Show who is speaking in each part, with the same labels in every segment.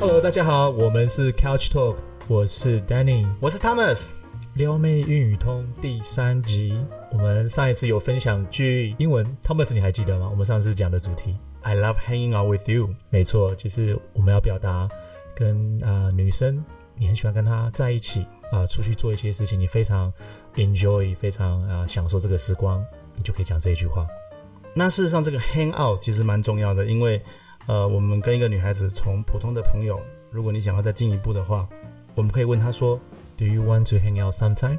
Speaker 1: Hello，大家好，我们是 Couch Talk，我是 Danny，
Speaker 2: 我是 Thomas。
Speaker 1: 撩妹运语通第三集，我们上一次有分享句英文，Thomas 你还记得吗？我们上次讲的主题，
Speaker 2: I love hanging out with you。
Speaker 1: 没错，就是我们要表达跟啊、呃女生，你很喜欢跟她在一起啊、出去做一些事情，你非常 enjoy，非常啊、呃享受这个时光，你就可以讲这一句话。
Speaker 2: 那事实上，这个 hang out 其实蛮重要的，因为呃，我们跟一个女孩子从普通的朋友，如果你想要再进一步的话，我们可以问她说
Speaker 1: Do you want to hang out sometime？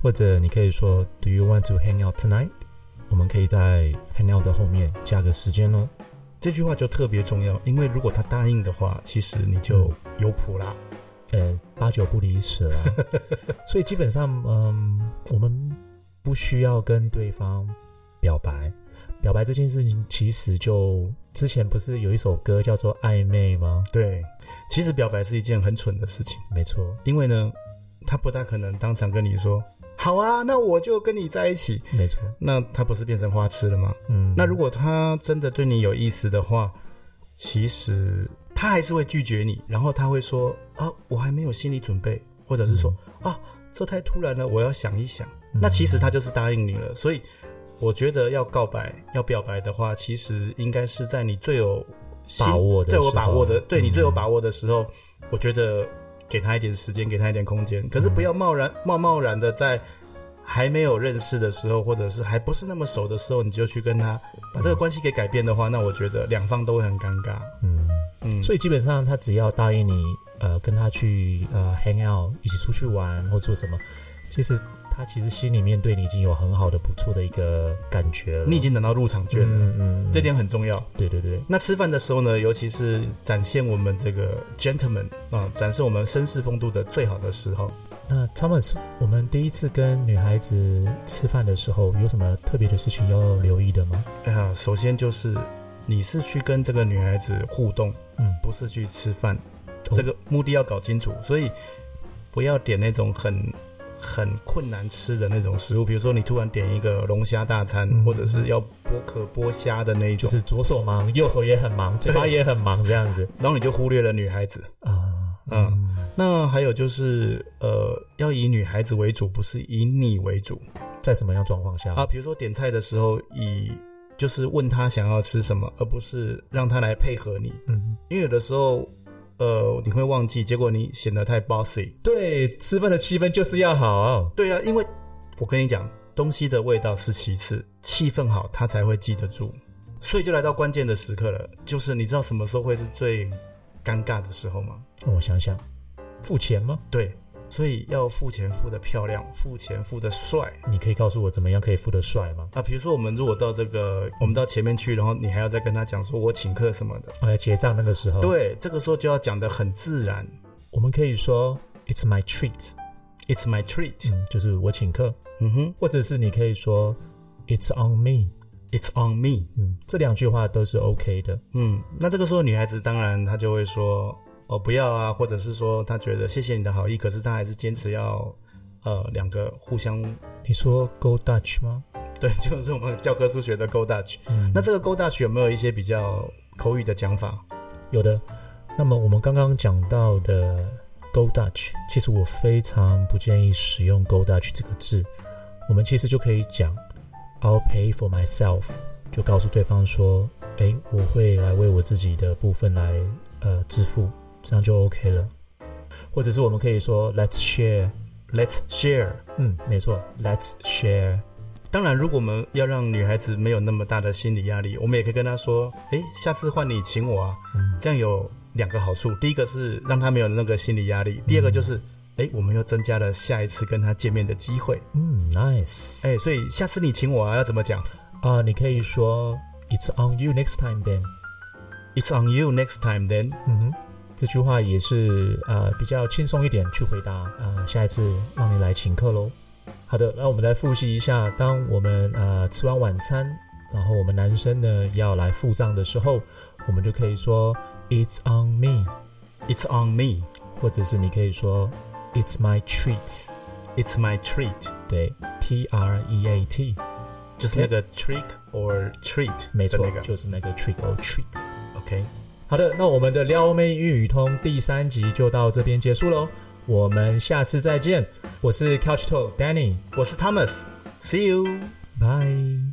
Speaker 1: 或者你可以说 Do you want to hang out tonight？我们可以在 hang out 的后面加个时间哦。
Speaker 2: 这句话就特别重要，因为如果她答应的话，其实你就有谱啦。
Speaker 1: 呃，八九不离十 啦。所以基本上，嗯，我们不需要跟对方表白。表白这件事情，其实就之前不是有一首歌叫做《暧昧》吗？
Speaker 2: 对，其实表白是一件很蠢的事情，
Speaker 1: 没错，
Speaker 2: 因为呢，她不大可能当场跟你说好啊，那我就跟你在一起。
Speaker 1: 没错。
Speaker 2: 那她不是变成花痴了吗？
Speaker 1: 嗯，
Speaker 2: 那如果他真的对你有意思的话，其实他还是会拒绝你，然后他会说啊，我还没有心理准备，或者是说、啊，这太突然了，我要想一想。
Speaker 1: 嗯
Speaker 2: 那其实他就是答应你了，所以我觉得要告白、要表白的话，其实应该是在你最有心
Speaker 1: 把握的时
Speaker 2: 最
Speaker 1: 候，
Speaker 2: 有把握的，对你最有
Speaker 1: 嗯
Speaker 2: 把握的时候，我觉得给他一点时间，给他一点空间，可
Speaker 1: 嗯
Speaker 2: 是不要贸然、贸贸然的在。还没有认识的时候，或者是还不是那么熟的时候，你就去跟他把这个关系给改变的话，那我觉得两方都会很尴尬。
Speaker 1: 嗯，
Speaker 2: 嗯，
Speaker 1: 所以基本上他只要答应你，呃，跟他去呃 hang out，一起出去玩或做什么，其实他其实心里面对你已经有很好的、不错的一个感觉了。
Speaker 2: 你已经拿到入场券了，
Speaker 1: 嗯嗯，嗯
Speaker 2: 这点很重要。
Speaker 1: 对对对，
Speaker 2: 那吃饭的时候呢，尤其是展现我们这个 gentleman 啊、展示我们绅士风度的最好的时候。
Speaker 1: 那 Thomas，我们第一次跟女孩子吃饭的时候，有什么特别的事情要留意的吗？
Speaker 2: 哎呀，首先就是你是去跟这个女孩子互动，
Speaker 1: 嗯，哦
Speaker 2: 不是去吃饭，这个目的要搞清楚。所以不要点那种很很困难吃的那种食物，比如说你突然点一个龙虾大餐，
Speaker 1: 嗯
Speaker 2: 或者是要剥壳剥虾的那一
Speaker 1: 就
Speaker 2: 种，
Speaker 1: 是左手忙，右手也很忙，嘴巴也很忙，这样子
Speaker 2: 然后你就忽略了女孩子。
Speaker 1: 啊，
Speaker 2: 嗯那还有就是，呃，要以女孩子为主，不是以你为主
Speaker 1: 在什么样状况下
Speaker 2: 啊。比如说点菜的时候，以就是问她想要吃什么，而不是让她来配合你，
Speaker 1: 嗯，
Speaker 2: 因为有的时候，呃，你会忘记，结果你显得太 bossy。
Speaker 1: 对，吃饭的气氛就是要好，
Speaker 2: 对啊，因为我跟你讲，东西的味道是其次，气氛好，她才会记得住。所以就来到关键的时刻了，就是你知道什么时候会是最尴尬的时候吗？
Speaker 1: 让我想想，付钱吗？
Speaker 2: 对，所以要付钱付的漂亮，付钱付的帅。
Speaker 1: 你可以告诉我怎么样可以付得帅吗？
Speaker 2: 啊，比如说我们如果到这个，我们到前面去，然后你还要再跟他讲说我请客什么的，
Speaker 1: 我来结账那个时候，，
Speaker 2: 对，这个时候就要讲的很自然
Speaker 1: 我们可以说 It's my treat，
Speaker 2: ，It's my treat，
Speaker 1: 嗯，就是我请客，
Speaker 2: 嗯哼
Speaker 1: 或者是你可以说 It's on me，
Speaker 2: ，It's on me，
Speaker 1: 嗯，这两句话都是 OK 的，
Speaker 2: 嗯，那这个时候女孩子当然她就会说哦不要啊，或者是说她觉得谢谢你的好意，可是她还是坚持要呃两个互相，
Speaker 1: 你说 Go Dutch 吗？
Speaker 2: 对，就是我们教科书学的 Go Dutch，、
Speaker 1: 嗯
Speaker 2: 那这个 Go Dutch 有没有一些比较口语的讲法？
Speaker 1: 有的。那么我们刚刚讲到的 Go Dutch，其实我非常不建议使用 Go Dutch 这个字。我们其实就可以讲 I'll pay for myself，就告诉对方说，诶，我会来为我自己的部分来呃支付，这样就 OK 了。或者是我们可以说 Let's share，
Speaker 2: Let's share。
Speaker 1: 嗯，没错，Let's share，
Speaker 2: 当然，如果我们要让女孩子没有那么大的心理压力，我们也可以跟她说：“诶，下次换你请我啊。
Speaker 1: 嗯”
Speaker 2: 这样有两个好处：第一个是让她没有那个心理压力；第二个就是，诶，我们又增加了下一次跟她见面的机会。
Speaker 1: 嗯，nice，
Speaker 2: 诶，所以下次你请我啊，要怎么讲
Speaker 1: 啊、你可以说 It's on you next time then。
Speaker 2: ？It's on you next time then。
Speaker 1: 嗯哼，这句话也是呃比较轻松一点去回答。呃，下一次让你来请客喽。好的，那我们来复习一下，当我们呃吃完晚餐，然后我们男生呢要来付账的时候，我们就可以说 "It's on me"，
Speaker 2: It's on me。
Speaker 1: 或者是你可以说 "It's my treat"，
Speaker 2: It's my treat。
Speaker 1: 对，T R E A T，
Speaker 2: 就是那个 trick or treat
Speaker 1: 没
Speaker 2: 的
Speaker 1: 错，
Speaker 2: 那个。
Speaker 1: 就是那个 treat or treat。
Speaker 2: OK。
Speaker 1: 好的，那我们的撩妹粤语通第三集就到这边结束喽，我们下次再见。我是 Couch Talk Danny，
Speaker 2: 我是 Thomas，See you。
Speaker 1: 拜。